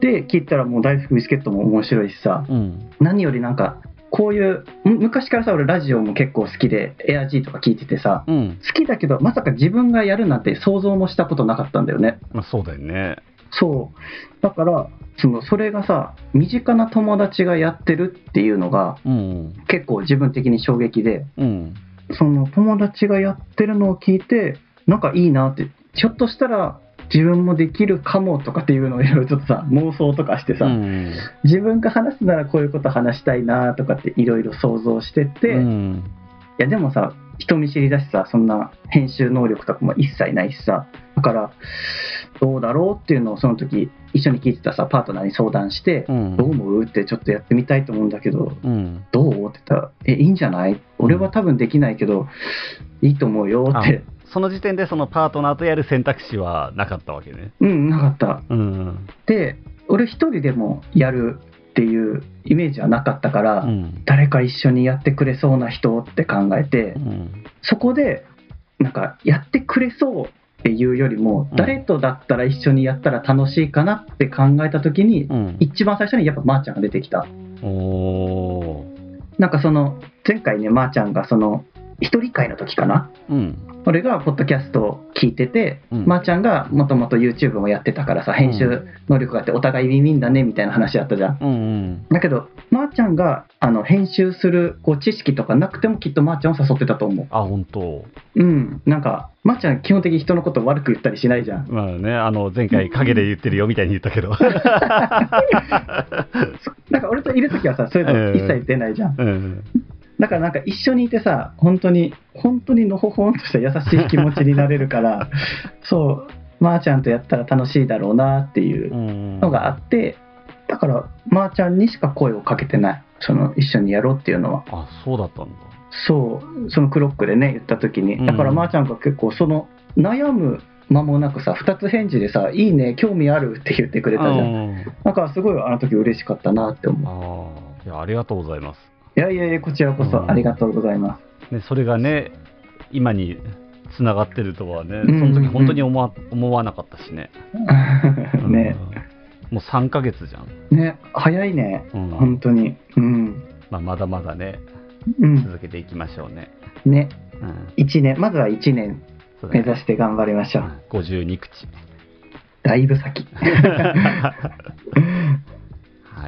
[SPEAKER 2] で聞いたらもう大福ビスケットも面白いしさ
[SPEAKER 1] うん
[SPEAKER 2] 何よりなんかこういうむ昔からさ俺ラジオも結構好きでエアジーとか聞いててさ
[SPEAKER 1] うん
[SPEAKER 2] 好きだけどまさか自分がやるなんて想像もしたことなかったんだよね
[SPEAKER 1] まあ、そうだよね。
[SPEAKER 2] そうだからそのそれがさ身近な友達がやってるっていうのが
[SPEAKER 1] うん
[SPEAKER 2] 結構自分的に衝撃で
[SPEAKER 1] うん
[SPEAKER 2] その友達がやってるのを聞いてなんかいいなってひょっとしたら自分もできるかもとかっていうのをいろいろちょっとさ妄想とかしてさ、
[SPEAKER 1] うん
[SPEAKER 2] 自分が話すならこういうこと話したいなとかっていろいろ想像してって、
[SPEAKER 1] う
[SPEAKER 2] い
[SPEAKER 1] ん
[SPEAKER 2] やでもさ人見知りだしさそんな編集能力とかも一切ないしさだからどうだろうっていうのをその時一緒に聞いてたさパートナーに相談して、
[SPEAKER 1] うん
[SPEAKER 2] どう思うってちょっとやってみたいと思うんだけど
[SPEAKER 1] うん
[SPEAKER 2] どうって言ったら「えいいんじゃない俺は多分できないけどいいと思うよ」
[SPEAKER 1] あ
[SPEAKER 2] って
[SPEAKER 1] その時点でそのパートナーとやる選択肢はなかったわけね。
[SPEAKER 2] うんなかった
[SPEAKER 1] うん
[SPEAKER 2] で俺一人でもやるっていうイメージはなかったから、
[SPEAKER 1] うん
[SPEAKER 2] 誰か一緒にやってくれそうな人って考えて、
[SPEAKER 1] うん
[SPEAKER 2] そこでなんかやってくれそうっていうよりも、
[SPEAKER 1] うん
[SPEAKER 2] 誰とだったら一緒にやったら楽しいかなって考えた時に、
[SPEAKER 1] うん
[SPEAKER 2] 一番最初にやっぱまーちゃんが出てきた
[SPEAKER 1] おー
[SPEAKER 2] なんかその前回ねまーちゃんがその一人会の時かな
[SPEAKER 1] うん
[SPEAKER 2] 俺がポッドキャストを聞いてて、
[SPEAKER 1] うん
[SPEAKER 2] まーちゃんがもともと YouTube もやってたからさ編集能力があってお互いウィンウィンだねみたいな話だったじゃん
[SPEAKER 1] うんうん
[SPEAKER 2] だけどまー、ちゃんがあの編集するこう知識とかなくてもきっとまーちゃんを誘ってたと思う
[SPEAKER 1] あ本当
[SPEAKER 2] うん、なんか、まっちゃん、基本的に人のこと悪く言ったりしないじゃん。
[SPEAKER 1] まあねあの前回陰で言ってるよみたいに言ったけど
[SPEAKER 2] なんか、俺といるときはさ、そういうの一切出ないじゃん。
[SPEAKER 1] うん
[SPEAKER 2] だから、なんか、一緒にいてさ、本当に、本当にのほほんとした優しい気持ちになれるから、そう、まーちゃんとやったら楽しいだろうなっていううんのがあって、だから、まーちゃんにしか声をかけてない。その、一緒にやろうっていうのは。
[SPEAKER 1] あそうだったんだ
[SPEAKER 2] そう、そのクロックでね、言ったとき
[SPEAKER 1] う
[SPEAKER 2] に。
[SPEAKER 1] ん
[SPEAKER 2] だから、まーちゃんが結構、その、悩む間もなくさ、2つ返事でさ、いいね、興味あるって言ってくれたじゃん。
[SPEAKER 1] うん
[SPEAKER 2] なんかすごいあの時嬉しかったなって思
[SPEAKER 1] あー
[SPEAKER 2] う。
[SPEAKER 1] いやありがとうございます
[SPEAKER 2] いやいやいや、こちらこ
[SPEAKER 1] う
[SPEAKER 2] そ
[SPEAKER 1] ん
[SPEAKER 2] ありがとうございま
[SPEAKER 1] ね、それがね、今につながってるとはね、
[SPEAKER 2] んうんうん
[SPEAKER 1] その時本当に思わ思わなかったしね。
[SPEAKER 2] す。
[SPEAKER 1] うん
[SPEAKER 2] ね、
[SPEAKER 1] もう3ヶ月じゃん。
[SPEAKER 2] ね、早いね、
[SPEAKER 1] うん
[SPEAKER 2] 本当に。うん。
[SPEAKER 1] まあ、まだまだね、
[SPEAKER 2] うん。
[SPEAKER 1] 続けていきましょうね。
[SPEAKER 2] ね、
[SPEAKER 1] うん、
[SPEAKER 2] 一年、まずは1年
[SPEAKER 1] そうだ
[SPEAKER 2] 目
[SPEAKER 1] ね
[SPEAKER 2] 指して頑張りましょう。
[SPEAKER 1] 52口。
[SPEAKER 2] だいぶ先。
[SPEAKER 1] は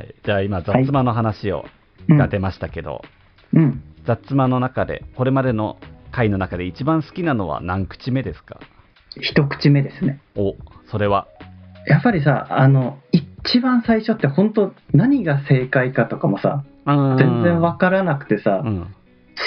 [SPEAKER 1] い、じゃあ今、雑間の話を、
[SPEAKER 2] うん
[SPEAKER 1] が出ましたけど、
[SPEAKER 2] うん。
[SPEAKER 1] 雑間の中で、これまでの回の中で一番好きなのは何口目ですか
[SPEAKER 2] 一口目ですね。
[SPEAKER 1] お、それは。
[SPEAKER 2] やっぱりさ、あの、一番最初って本当何が正解かとかもさ、
[SPEAKER 1] 全
[SPEAKER 2] 全然わからなくてさ、
[SPEAKER 1] うん。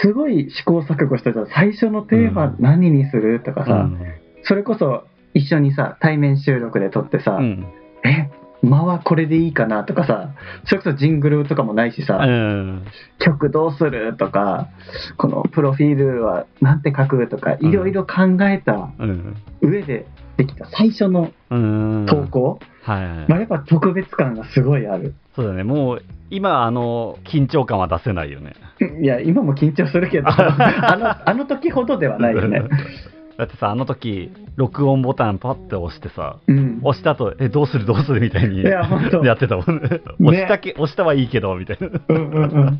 [SPEAKER 2] すごい試行錯誤したじゃん。最初のテーマ何にするとか
[SPEAKER 1] う
[SPEAKER 2] さ、
[SPEAKER 1] ん。
[SPEAKER 2] それこそ一緒にさ対面収録で撮ってさ「
[SPEAKER 1] うん。
[SPEAKER 2] え間はこれでいいかな」とかさそれこそジングルとかもないしさ「
[SPEAKER 1] うん
[SPEAKER 2] 曲どうする?」とか「このプロフィールはなんて書く?」とか
[SPEAKER 1] うん
[SPEAKER 2] いろいろ考えた
[SPEAKER 1] うん。
[SPEAKER 2] 上でできた最初の
[SPEAKER 1] うん。
[SPEAKER 2] 投稿、
[SPEAKER 1] はいはいはい、
[SPEAKER 2] まあ、やっぱ特別感がすごいある。
[SPEAKER 1] そうだね、もう今、あの緊張感は出せないよね。
[SPEAKER 2] いや今も緊張する けどあのあの時ほどではないよね。
[SPEAKER 1] だってさ、あの時録音ボタン、パッて押してさ、
[SPEAKER 2] うん、
[SPEAKER 1] 押した後えどうする、どうするみたいに
[SPEAKER 2] いや本当
[SPEAKER 1] やってたもんね。
[SPEAKER 2] ね
[SPEAKER 1] 押したけ押したはいいけどみたいな。
[SPEAKER 2] うんうんうん、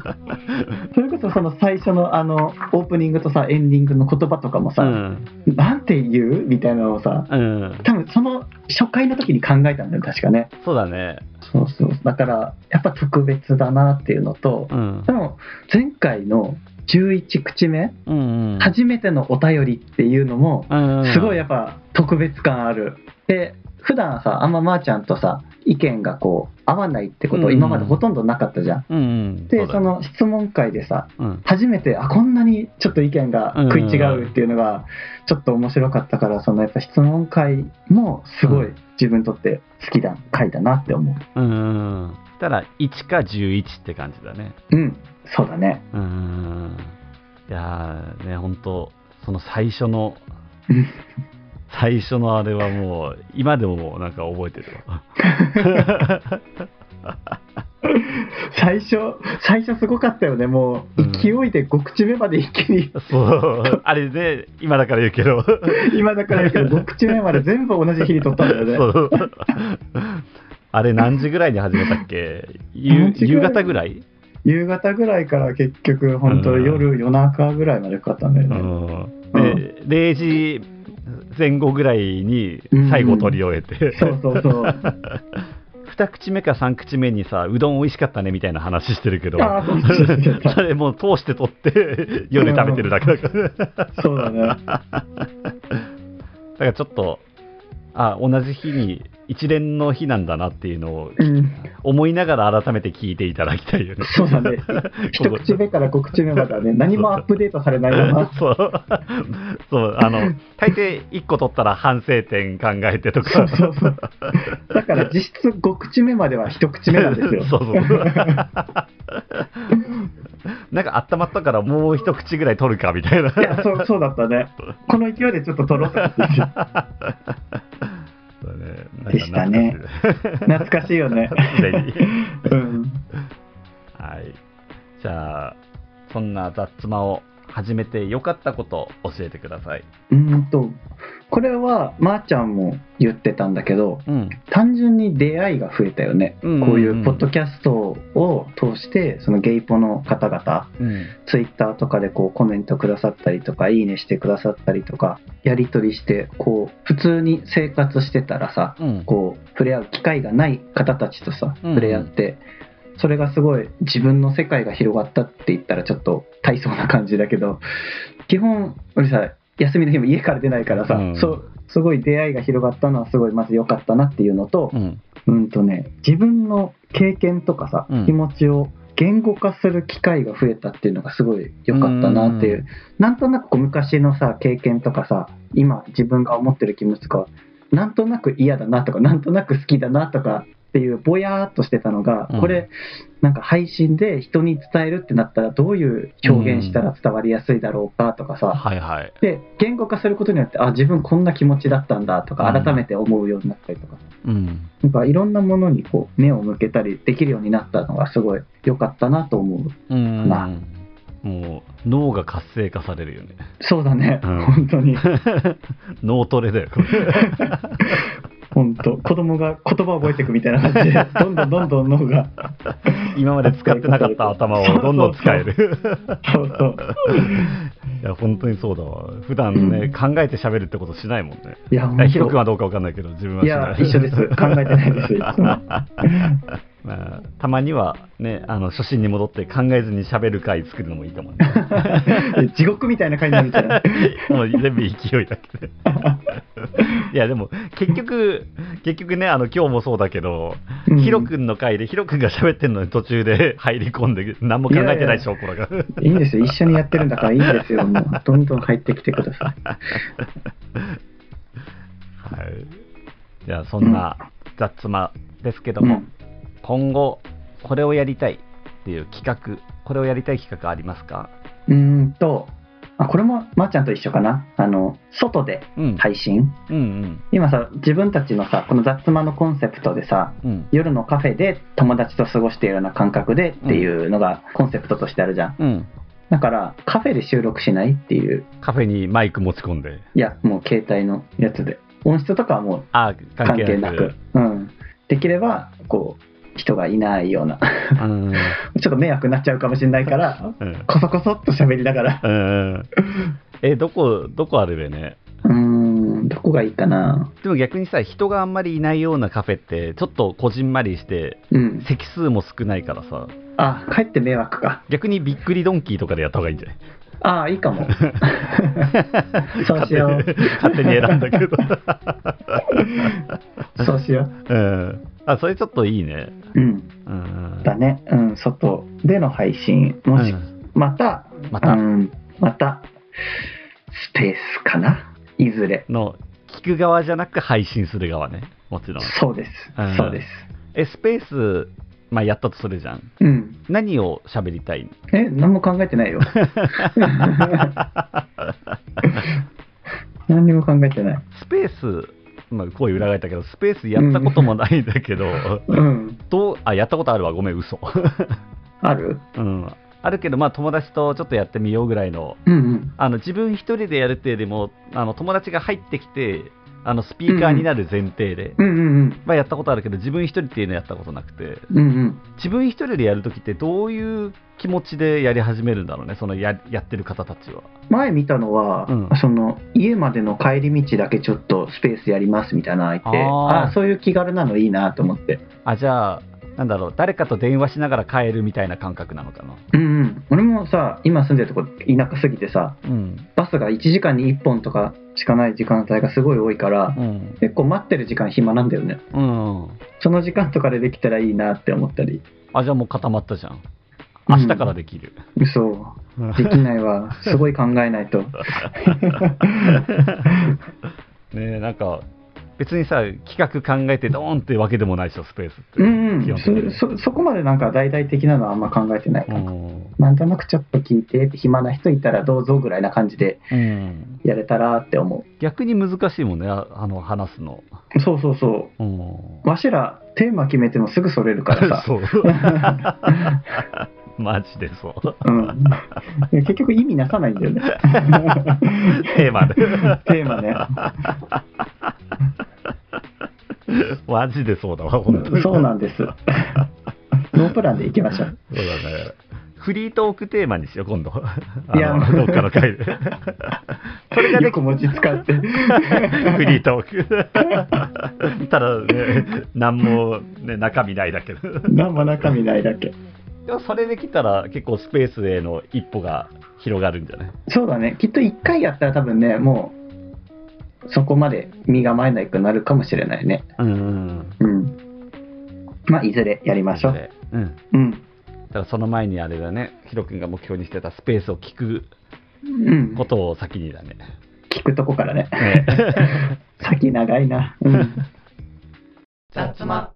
[SPEAKER 2] それこそその最初のあのオープニングとさエンディングの言葉とかもさ、
[SPEAKER 1] うん
[SPEAKER 2] なんて言うみたいなのをさ
[SPEAKER 1] うん、
[SPEAKER 2] 多分その初回の時に考えたんだよ確かね
[SPEAKER 1] そうだね。
[SPEAKER 2] そうそうだからやっぱ特別だなっていうのと
[SPEAKER 1] うん
[SPEAKER 2] でも前回の11口目
[SPEAKER 1] うんうん
[SPEAKER 2] 初めてのお便りっていうのも
[SPEAKER 1] うん
[SPEAKER 2] すごいやっぱ特別感あるで普段さあんままーちゃんとさ意見がこう合わないってこと
[SPEAKER 1] うん
[SPEAKER 2] 今までほとんどなかったじゃん
[SPEAKER 1] うんうん、
[SPEAKER 2] で
[SPEAKER 1] うだ
[SPEAKER 2] そ
[SPEAKER 1] ね
[SPEAKER 2] の質問会でさ
[SPEAKER 1] うん
[SPEAKER 2] 初めてあこんなにちょっと意見が食い違うっていうのがちょっと面白かったからそのやっぱ質問会もすご
[SPEAKER 1] う
[SPEAKER 2] い自分にとって好きな回だなって思
[SPEAKER 1] うんうんうん、ただ1か11って感じだね。
[SPEAKER 2] ううんそうだね
[SPEAKER 1] うーんいやーね、本当その最初 の
[SPEAKER 2] うん、
[SPEAKER 1] 最初のあれはもう、今でもなんか覚えてるわ。
[SPEAKER 2] 最初最初すごかったよねもう
[SPEAKER 1] うん
[SPEAKER 2] 勢いで5口目まで一気に
[SPEAKER 1] そう、あれね、今だから言うけど。
[SPEAKER 2] 今だからだけど5口目まで全部同じ日に撮ったんだよね
[SPEAKER 1] そうあれ何時ぐらいに始めたっけ夕
[SPEAKER 2] 何時ぐ
[SPEAKER 1] 夕
[SPEAKER 2] らい
[SPEAKER 1] 方ぐらい、
[SPEAKER 2] 夕方ぐらいから結局本当
[SPEAKER 1] うん
[SPEAKER 2] 夜夜中ぐらいまでかかったんだよ
[SPEAKER 1] う
[SPEAKER 2] ね、
[SPEAKER 1] ん、
[SPEAKER 2] うん
[SPEAKER 1] で、0時前後ぐらいに最後取り終えて、
[SPEAKER 2] そうそうそうあ
[SPEAKER 1] 2口目か3口目にさうどん美味しかったねみたいな話してる けど
[SPEAKER 2] あそうそうそう
[SPEAKER 1] それもう通して取 って夜食べてるだけだから、だか
[SPEAKER 2] そうだね
[SPEAKER 1] らちょっとあ同じ日に一連の日なんだなっていうのを
[SPEAKER 2] うん
[SPEAKER 1] 思いながら改めて聞いていただきたいよね。。
[SPEAKER 2] そうだね一口目から5口目まではね、何もアップデートされないまま
[SPEAKER 1] そうそうあの大抵1個取ったら反省点考えてと
[SPEAKER 2] そ
[SPEAKER 1] か
[SPEAKER 2] うそうそう。だから実質5口目までは一口目なんですよ
[SPEAKER 1] 。そうそうなんか温まったからもう一口ぐらい取るかみたいない
[SPEAKER 2] やそう、そうだったね。この勢いでちょっと取ろうかっていう
[SPEAKER 1] そうだねなんか
[SPEAKER 2] でしたね懐かしいよね。
[SPEAKER 1] すでに
[SPEAKER 2] うん。
[SPEAKER 1] はいじゃあそんな雑妻を始めて良かったこと教えてください、
[SPEAKER 2] うーんと、これは、まー、ちゃんも言ってたんだけど、
[SPEAKER 1] うん、
[SPEAKER 2] 単純に出会いが増えたよね。
[SPEAKER 1] うんうんうん
[SPEAKER 2] こういうポッドキャストを通して、そのゲイポの方々、
[SPEAKER 1] うん
[SPEAKER 2] ツイッターとかでこうコメントくださったりとか、いいねしてくださったりとか、やり取りして、こう、普通に生活してたらさ、
[SPEAKER 1] うん
[SPEAKER 2] こう、触れ合う機会がない方たちとさ、
[SPEAKER 1] うんうん
[SPEAKER 2] 触れ合って、それがすごい自分の世界が広がったって言ったらちょっと大層な感じだけど、基本、俺さ、休みの日も家から出ないからさ、
[SPEAKER 1] うん
[SPEAKER 2] そう、すごい出会いが広がったのはすごいまず良かったなっていうのと、
[SPEAKER 1] うん
[SPEAKER 2] うんとね、自分の経験とかさ、
[SPEAKER 1] うん
[SPEAKER 2] 気持ちを言語化する機会が増えたっていうのがすごい良かったなっていう、
[SPEAKER 1] うん
[SPEAKER 2] なんとなくこう昔のさ経験とかさ今自分が思ってる気持ちとかなんとなく嫌だなとかなんとなく好きだなとかっていうぼやーっとしてたのが、
[SPEAKER 1] うん
[SPEAKER 2] これなんか配信で人に伝えるってなったらどういう表現したら伝わりやすいだろうかとかさ、
[SPEAKER 1] はいはい
[SPEAKER 2] で言語化することによってあ自分こんな気持ちだったんだとか
[SPEAKER 1] うん
[SPEAKER 2] 改めて思うようになったりとか
[SPEAKER 1] うん
[SPEAKER 2] なんかいろんなものにこう目を向けたりできるようになったのがすごい良かったなと思う。
[SPEAKER 1] うん、
[SPEAKER 2] まあ
[SPEAKER 1] もう脳が活性化されるよね
[SPEAKER 2] そうだね、
[SPEAKER 1] うん
[SPEAKER 2] 本当に
[SPEAKER 1] 脳トレ だよこれ
[SPEAKER 2] 本当子供が言葉を覚えていくみたいな感じ でどんどんどんどん脳が
[SPEAKER 1] 今まで使ってなかった頭をどんどん使える
[SPEAKER 2] そうそう
[SPEAKER 1] いや本当にそうだわ普段ね、
[SPEAKER 2] うん
[SPEAKER 1] 考えて喋るってことしないもんね
[SPEAKER 2] いや
[SPEAKER 1] い
[SPEAKER 2] 本
[SPEAKER 1] や
[SPEAKER 2] 当
[SPEAKER 1] ヒロ君はどうかわかんないけど自分はいし
[SPEAKER 2] や
[SPEAKER 1] ない
[SPEAKER 2] 一緒 です考えてないですいつも
[SPEAKER 1] まあ、たまにはねあの初心に戻って考えずに喋る回作るのもいいかも ね
[SPEAKER 2] 地獄みたいな感じになるから
[SPEAKER 1] もう全部勢いだけ でいやでも結局結局ねあの今日もそうだけど、
[SPEAKER 2] うん
[SPEAKER 1] ヒロ君の回でヒロ君が喋ってるのに途中で入り込んで何も考えてない証拠だから
[SPEAKER 2] いいんですよ一緒にやってるんだからいいんで すよもうどんどん入ってきてください
[SPEAKER 1] はい、じゃあそんな雑妻ですけども、
[SPEAKER 2] うん
[SPEAKER 1] 今後これをやりたいっていう企画これをやりたい企画ありますか、
[SPEAKER 2] うーんとあこれもまー、ちゃんと一緒かなあの外で
[SPEAKER 1] うん
[SPEAKER 2] 配信
[SPEAKER 1] うん
[SPEAKER 2] 今さ自分たちのさこの雑間のコンセプトでさ
[SPEAKER 1] うんうん
[SPEAKER 2] 夜のカフェで友達と過ごしているような感覚でっていうのがコンセプトとしてあるじゃん
[SPEAKER 1] うん
[SPEAKER 2] だからカフェで収録しないっていう
[SPEAKER 1] カフェにマイク持ち込んで
[SPEAKER 2] いやもう携帯のやつで音質とかはもう
[SPEAKER 1] あ関
[SPEAKER 2] 関
[SPEAKER 1] 係
[SPEAKER 2] 係
[SPEAKER 1] な
[SPEAKER 2] な
[SPEAKER 1] く
[SPEAKER 2] くうん、できればこう人がいないような ち
[SPEAKER 1] うんうん
[SPEAKER 2] ょっと迷惑になっちゃうかもしれないから
[SPEAKER 1] うん
[SPEAKER 2] コソコソっと喋りながら
[SPEAKER 1] うんえどこどこあるべね
[SPEAKER 2] うーんどこがいいかな
[SPEAKER 1] でも逆にさ人があんまりいないようなカフェってちょっとこじんまりして
[SPEAKER 2] うん
[SPEAKER 1] 席数も少ないからさ
[SPEAKER 2] あ帰って迷惑か
[SPEAKER 1] 逆にびっくりドンキーとかでやった方がいいんじゃない
[SPEAKER 2] ああいいか もそう
[SPEAKER 1] 勝
[SPEAKER 2] し
[SPEAKER 1] 手に
[SPEAKER 2] よう
[SPEAKER 1] 勝手に選んだけど、
[SPEAKER 2] そうしよ
[SPEAKER 1] うん、あそれちょっといいね、
[SPEAKER 2] ううん
[SPEAKER 1] うん、
[SPEAKER 2] だね、うん、外での配信もし、
[SPEAKER 1] うん
[SPEAKER 2] また
[SPEAKER 1] また
[SPEAKER 2] うん、またスペースかないずれ
[SPEAKER 1] の聞く側じゃなく配信する側ねもちろん
[SPEAKER 2] そうです、
[SPEAKER 1] うん
[SPEAKER 2] そうです
[SPEAKER 1] えスペース、まあ、やったとするじゃん
[SPEAKER 2] うん
[SPEAKER 1] 何を喋りたい
[SPEAKER 2] え何も考えてな いよ何にも考えてない
[SPEAKER 1] スペースまあ、声裏返ったけどスペースやったこともないんだけど、
[SPEAKER 2] うん
[SPEAKER 1] どうあやったことあるわごめん嘘
[SPEAKER 2] ある
[SPEAKER 1] うんあるけどまあ友達とちょっとやってみようぐらいの
[SPEAKER 2] うんうん
[SPEAKER 1] あの自分一人でやるっていうよりもあの友達が入ってきてあのスピーカーになる前提で、
[SPEAKER 2] うんうん
[SPEAKER 1] まあ、やったことあるけど自分一人っていうのやったことなくて
[SPEAKER 2] うんうん
[SPEAKER 1] 自分一人でやるときってどういう気持ちでやり始めるんだろうねそのややってる方たちは。
[SPEAKER 2] 前見たのは、
[SPEAKER 1] うん
[SPEAKER 2] その家までの帰り道だけちょっとスペースやりますみたいなの空いて
[SPEAKER 1] あー
[SPEAKER 2] ああーそういう気軽なのいいなと思って
[SPEAKER 1] あじゃあなんだろう誰かと電話しながら帰るみたいな感覚なのかな
[SPEAKER 2] うんうん、俺もさ今住んでるとこ田舎すぎてさ
[SPEAKER 1] うん
[SPEAKER 2] バスが1時間に1本とかしかない時間帯がすごい多いから、
[SPEAKER 1] うん
[SPEAKER 2] 結構待ってる時間暇なんだよね
[SPEAKER 1] うん
[SPEAKER 2] その時間とかでできたらいいなって思ったり
[SPEAKER 1] あじゃあもう固まったじゃん
[SPEAKER 2] う
[SPEAKER 1] 明
[SPEAKER 2] ん
[SPEAKER 1] 日からできる、
[SPEAKER 2] 嘘できない わすごい考えないと
[SPEAKER 1] ねえなんか別にさ企画考えてドーンってわけでもないでしょスペースって、
[SPEAKER 2] うん
[SPEAKER 1] 基
[SPEAKER 2] う
[SPEAKER 1] 本
[SPEAKER 2] ん
[SPEAKER 1] 的に
[SPEAKER 2] そそそこまでなんか大々的なのはあんま考えてない、
[SPEAKER 1] うん
[SPEAKER 2] なんとなくちょっと聞いてって暇な人いたらどうぞぐらいな感じで
[SPEAKER 1] うん、
[SPEAKER 2] やれたらって思
[SPEAKER 1] 逆に難しいもんねああの話すの、
[SPEAKER 2] うそうそうそ
[SPEAKER 1] うん
[SPEAKER 2] うわしらテーマ決めてもすぐ それるから さ
[SPEAKER 1] そうマジでそう
[SPEAKER 2] うん、結局意味なさない んだよね
[SPEAKER 1] テーマで
[SPEAKER 2] テーマね
[SPEAKER 1] マジでそうだわ本当に
[SPEAKER 2] そうなん ですノープランでいきましょう
[SPEAKER 1] そうだね。フリートークテーマにしよう、今度。
[SPEAKER 2] いや
[SPEAKER 1] あのどっかの回で。それが
[SPEAKER 2] よ
[SPEAKER 1] ね、
[SPEAKER 2] く文字使っ て
[SPEAKER 1] フリートーク。ただね、何も、ね、中身ないだけど。
[SPEAKER 2] 何も中身ないだけ
[SPEAKER 1] でもそれできたら、結構スペースへの一歩が広がるんじゃない
[SPEAKER 2] そうだねきっと1回やったら多分ねもうそこまで身構えなくなるかもしれないね
[SPEAKER 1] うん。
[SPEAKER 2] うんまあいずれやりましょう
[SPEAKER 1] でうん。
[SPEAKER 2] うん
[SPEAKER 1] ただその前にあれだね、ヒロ君が目標にしてたスペースを聞く
[SPEAKER 2] うん
[SPEAKER 1] ことを先にだね。
[SPEAKER 2] 聞くとこからね
[SPEAKER 1] ね
[SPEAKER 2] 先長いな うん
[SPEAKER 1] 雑間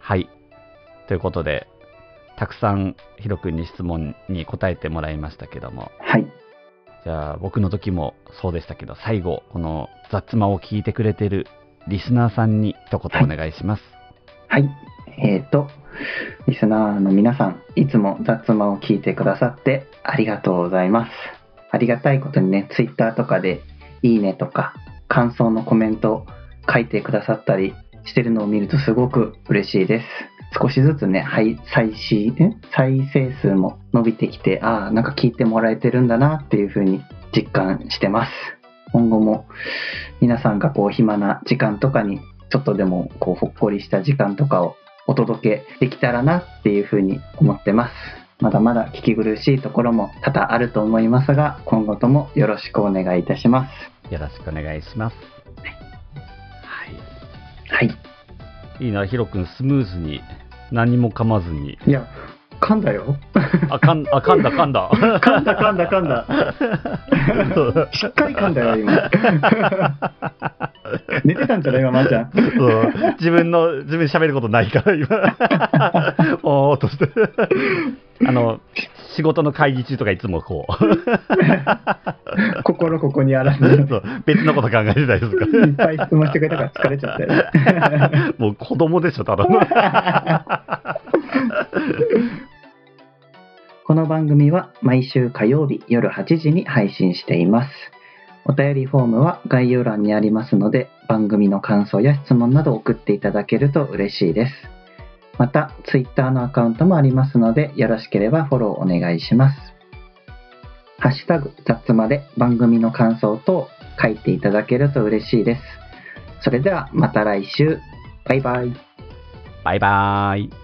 [SPEAKER 1] はい。ということで、たくさんヒロ君に質問に答えてもらいましたけども、
[SPEAKER 2] はい
[SPEAKER 1] じゃあ僕の時もそうでしたけど、最後、この雑間を聞いてくれてるリスナーさんに一言お願いします。
[SPEAKER 2] はい。えー、と、リスナーの皆さん、いつも雑魔を聞いてくださってありがとうございます。ありがたいことにね、ツイッターとかで、いいねとか、感想のコメントを書いてくださったりしてるのを見るとすごく嬉しいです。少しずつね、はい、再しん再生数も伸びてきて、ああ、なんか聞いてもらえてるんだなっていう風に実感してます。今後も皆さんがこう暇な時間とかにちょっとでもこうほっこりした時間とかをお届けできたらなっていうふうに思ってます。まだまだ聞き苦しいところも多々あると思いますが、今後ともよろしくお願いいたします。
[SPEAKER 1] よろしくお願いします。は
[SPEAKER 2] はい。
[SPEAKER 1] い。いいな、ヒロ君、スムーズに、何も噛まずに。
[SPEAKER 2] いや、噛んだよ。
[SPEAKER 1] あ、噛んあ噛んだ、噛ん だ。
[SPEAKER 2] 噛んだ噛んだ噛んだ。
[SPEAKER 1] そうだ
[SPEAKER 2] しっかり噛んだよ、 今。寝てたんじゃない今、まー、ちゃん。
[SPEAKER 1] そう自分の自分で喋ることないから今おーっとしてあの仕事の会議中とかいつもこう
[SPEAKER 2] 心ここにあ らず。
[SPEAKER 1] そう別のこと考えてたりする
[SPEAKER 2] いっぱい質問してくれたから疲れちゃったよね。
[SPEAKER 1] からもう子供でしょただの
[SPEAKER 2] この番組は毎週火曜日夜8時に配信しています。お便りフォームは概要欄にありますので、番組の感想や質問などを送っていただけると嬉しいです。また、Twitter のアカウントもありますので、よろしければフォローお願いします。ハッシュタグ雑まで番組の感想等書いていただけると嬉しいです。それではまた来週。バイバイ。
[SPEAKER 1] バイバーイ